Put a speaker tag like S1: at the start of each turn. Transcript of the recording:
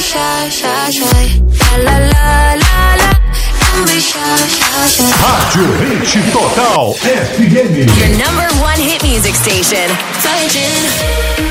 S1: shy, shy, shy. La la la la la. Don't be shy, shy, shy.
S2: Rádio Hit Total FM.
S3: Your number one hit music station.
S1: Virgin.